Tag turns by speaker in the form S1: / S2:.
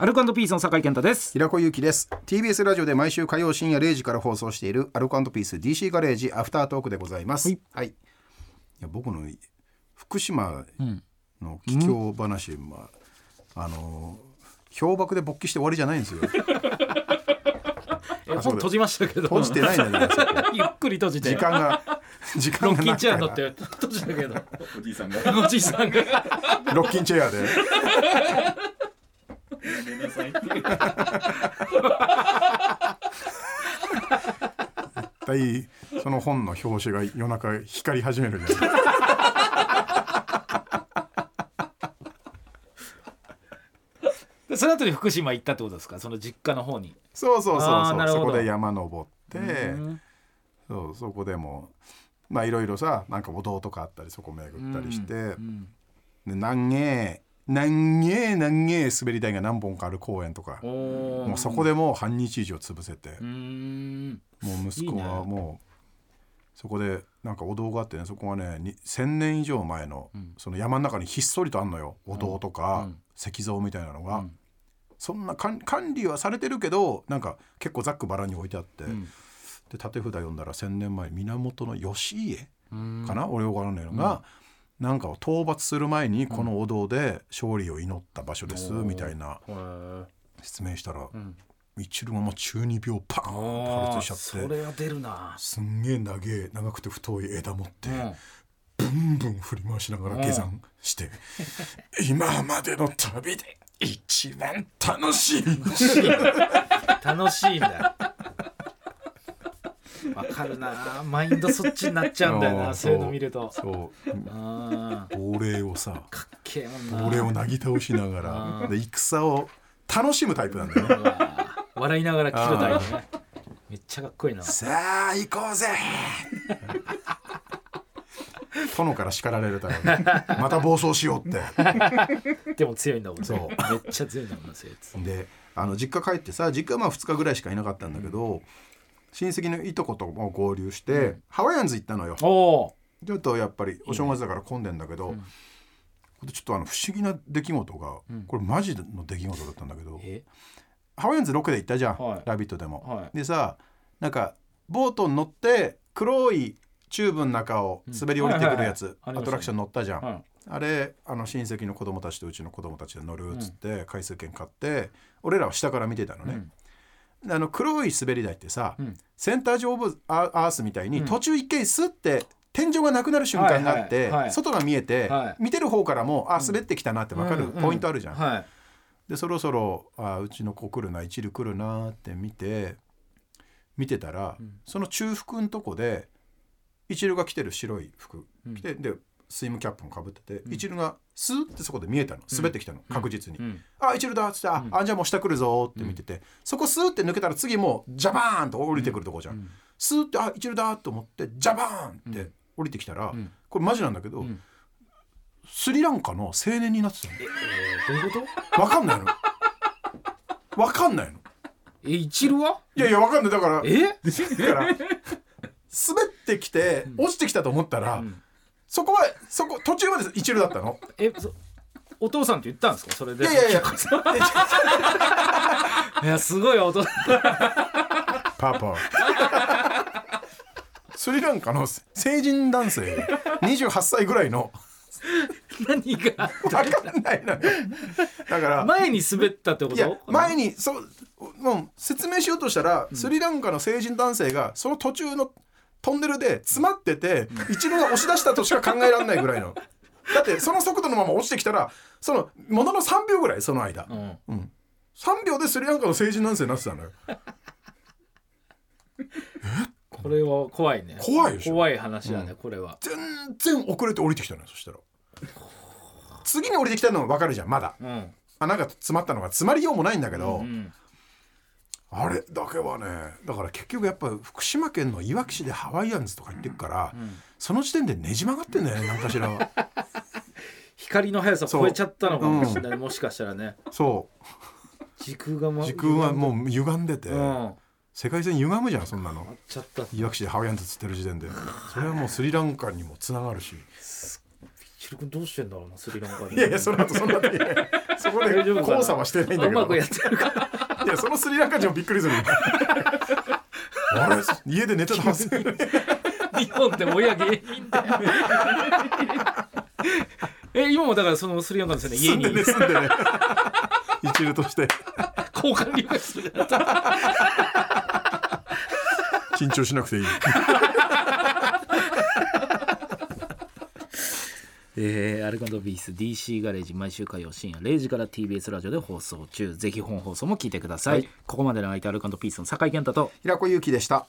S1: アルコピースの酒井健太です
S2: 平子祐希です TBS ラジオで毎週火曜深夜0時から放送しているアルコピース DC ガレージアフタートークでございます
S1: は
S2: はいい、い、や僕の福島の帰郷話、まああのー氷瀑で勃起して終わりじゃないんですよ
S1: え本
S2: そうだ
S1: 閉じましたけど
S2: 閉じてないんだけどそこ
S1: ゆっくり閉じて
S2: 時間が時間
S1: ロ
S2: が
S1: ッキ
S2: な
S1: ン
S2: い
S1: チェア
S2: か
S1: になっ
S2: ら
S1: て閉じたけど
S3: おじいさんが
S1: おじいさんが
S2: ロッキンチェアで
S3: ごめんなさいって
S2: 絶対その本の表紙が夜中光り始めるじゃない
S1: でその後に福島行ったってことですかその実家の方に
S2: そうそうそう
S1: あー
S2: そ
S1: な
S2: う
S1: るほ
S2: そ
S1: ど
S2: こで山登って、
S1: うん
S2: そうそこでもまあいろいろさなんかお堂とかあったりそこ巡ったりして、
S1: うん
S2: でなんげーなんげーなんげー滑り台が何本かある公園とか
S1: おお
S2: もうそこでもう半日以上潰せて
S1: う、ーん
S2: もう息子はもうそこでなんかお堂があってねそこはねに1,000年以上前の
S1: ん
S2: その山の中にひっそりとあんのよお堂と
S1: う
S2: か
S1: ん
S2: 石像みたいなのが。
S1: うん
S2: そんな管管理はされてるけどなんか結構ざっくばらんに置いてあって、
S1: ん
S2: で縦札読んだら1,000年前源義家
S1: うん
S2: かな、俺よくわからないのが、なんかを討伐する前にこのお堂で勝利を祈った場所です、みたいな
S1: へー
S2: 説明したら、
S1: ん
S2: 一郎がもう中二病パーンと破
S1: あー
S2: 裂しちゃ
S1: そ
S2: って
S1: れは出るな
S2: すんげえ長え長くて太い枝持って、
S1: うん
S2: ブンブン振り回しながら下山して、今までの旅で一番楽しい
S1: 楽しいんだわかるなマインドそっちになっちゃうんだよ
S2: あ
S1: な
S2: ー
S1: そういうの見ると
S2: そう
S1: あ
S2: 亡霊をさ
S1: ーかっけえもんな
S2: 亡霊をなぎ倒しなが
S1: う
S2: ら
S1: ん
S2: で戦を楽しむタイプなんだよね
S1: うわー笑いながら切るタイプねめっちゃかっこいいな
S2: さあ行こ うぜ殿から叱られるタイプまた暴走しようって
S1: でも強いんだもんね
S2: そう
S1: めっちゃ強いんだもんなそいつ
S2: であの実家帰ってさ実家はまあ2日ぐらいしかいなかったんだけど、親戚のいとことも合流して、ハワイアンズ行ったのよ
S1: おお
S2: ちょっとやっぱりお正月だから混んでんだけど、ちょっとあの不思議な出来事が、これマジの出来事だったんだけど、
S1: え
S2: ハワイアンズロケで行ったじゃん「
S1: はい
S2: ラビット!」でも。
S1: はい
S2: でさなんかボートに乗って黒いチューブの中を滑り降りてくるやつ、
S1: はいはいはい
S2: アトラクション乗ったじゃん、
S1: はい
S2: あれあの親戚の子供たちとうちの子供たちで乗るっつって回数券買って俺らは下から見てたのね。であの黒い滑り台ってさ、
S1: ん
S2: センター上オブアアースみたいに途中一回スッて天井がなくなる瞬間があって、
S1: はいはいはい
S2: 外が見えて、
S1: はい
S2: 見てる方からもあ滑ってきたなって分かる
S1: うんうん
S2: ポイントあるじゃん、
S1: はい
S2: でそろそろあうちの子来るな一流来るなって見て見てたら、その中腹のとこで一流が着てる白い服着て、でスイムキャップもかぶってて、一流がスーってそこで見えたの滑ってきたの、確実に、
S1: ん
S2: あ一流だっつって、ああじゃあもう下来るぞーって見てて、そこスーって抜けたら次もうジャバーンと降りてくるとこじゃん、スーってあ一流だと思ってジャバーンって降りてきたら、これマジなんだけど、スリランカの青年になってた
S1: ど
S2: の。
S1: ういうこと
S2: わかんないの。わかんないの。
S1: え一流はい
S2: やいや、わかんない。だから、
S1: え
S2: だから、滑ってきて、落ちてきたと思ったら、そこは、そこ、途中まで一流だったの。
S1: えそお父さんって言ったんですかそれで
S2: いやいやいや、
S1: いやすごいお父さん
S2: パパ。スリランカの成人男性、28歳ぐらいの、
S1: 何が
S2: わかんないのよ。だから、
S1: 前に滑ったってこと
S2: いや前にそうもう説明しようとしたら、スリランカの成人男性がその途中のトンネルで詰まってて、一度が押し出したとしか考えられないぐらいのだってその速度のまま落ちてきたらそのものの3秒ぐらいその間、
S1: うん
S2: 3秒でスリランカの成人男性になってたのよ
S1: これは怖いね
S2: 怖いでしょ
S1: 怖い話だね、これは
S2: 全然遅れて降りてきたのよそしたら次に降りてきたのは分かるじゃんまだ
S1: うん
S2: 穴が詰まったのが詰まりようもないんだけど、
S1: うん
S2: あれだけはねだから結局やっぱ福島県のいわき市でハワイアンズとか行ってくから、その時点でねじ曲がってんだよね何かしら は
S1: 光の速さを超えちゃったのかもしれない、もしかしたらね
S2: そ
S1: 時空が、ま、
S2: う時空はもう歪んでて、
S1: うん
S2: 世界線歪むじゃんそんなの
S1: ちゃった
S2: いわき市でハワイアンズつってる時点でそれはもうスリランカにもつながるし
S1: ひるくんどうしてんだろうなスリランカで
S2: いやいやその後その後いやいやそこで
S1: 大丈夫かな
S2: 交差はしてないんだ
S1: う
S2: け
S1: ま
S2: ど
S1: くやってるか
S2: いやそのスリランカ人もびっくりする あれ家で寝てたは ず
S1: 日本って 親芸人でえ今もだからそのスリランカのですね家
S2: 住ん
S1: に
S2: でね住んでね 一流として
S1: 交換留学するから
S2: 緊張しなくていい
S1: えーアルカンドビース DC ガレージ毎週火曜深夜0時から TBS ラジオで放送中ぜひ本放送も聞いてください、
S2: はい
S1: ここまでの相手アルカンドピースの酒井健太と
S2: 平子祐希でした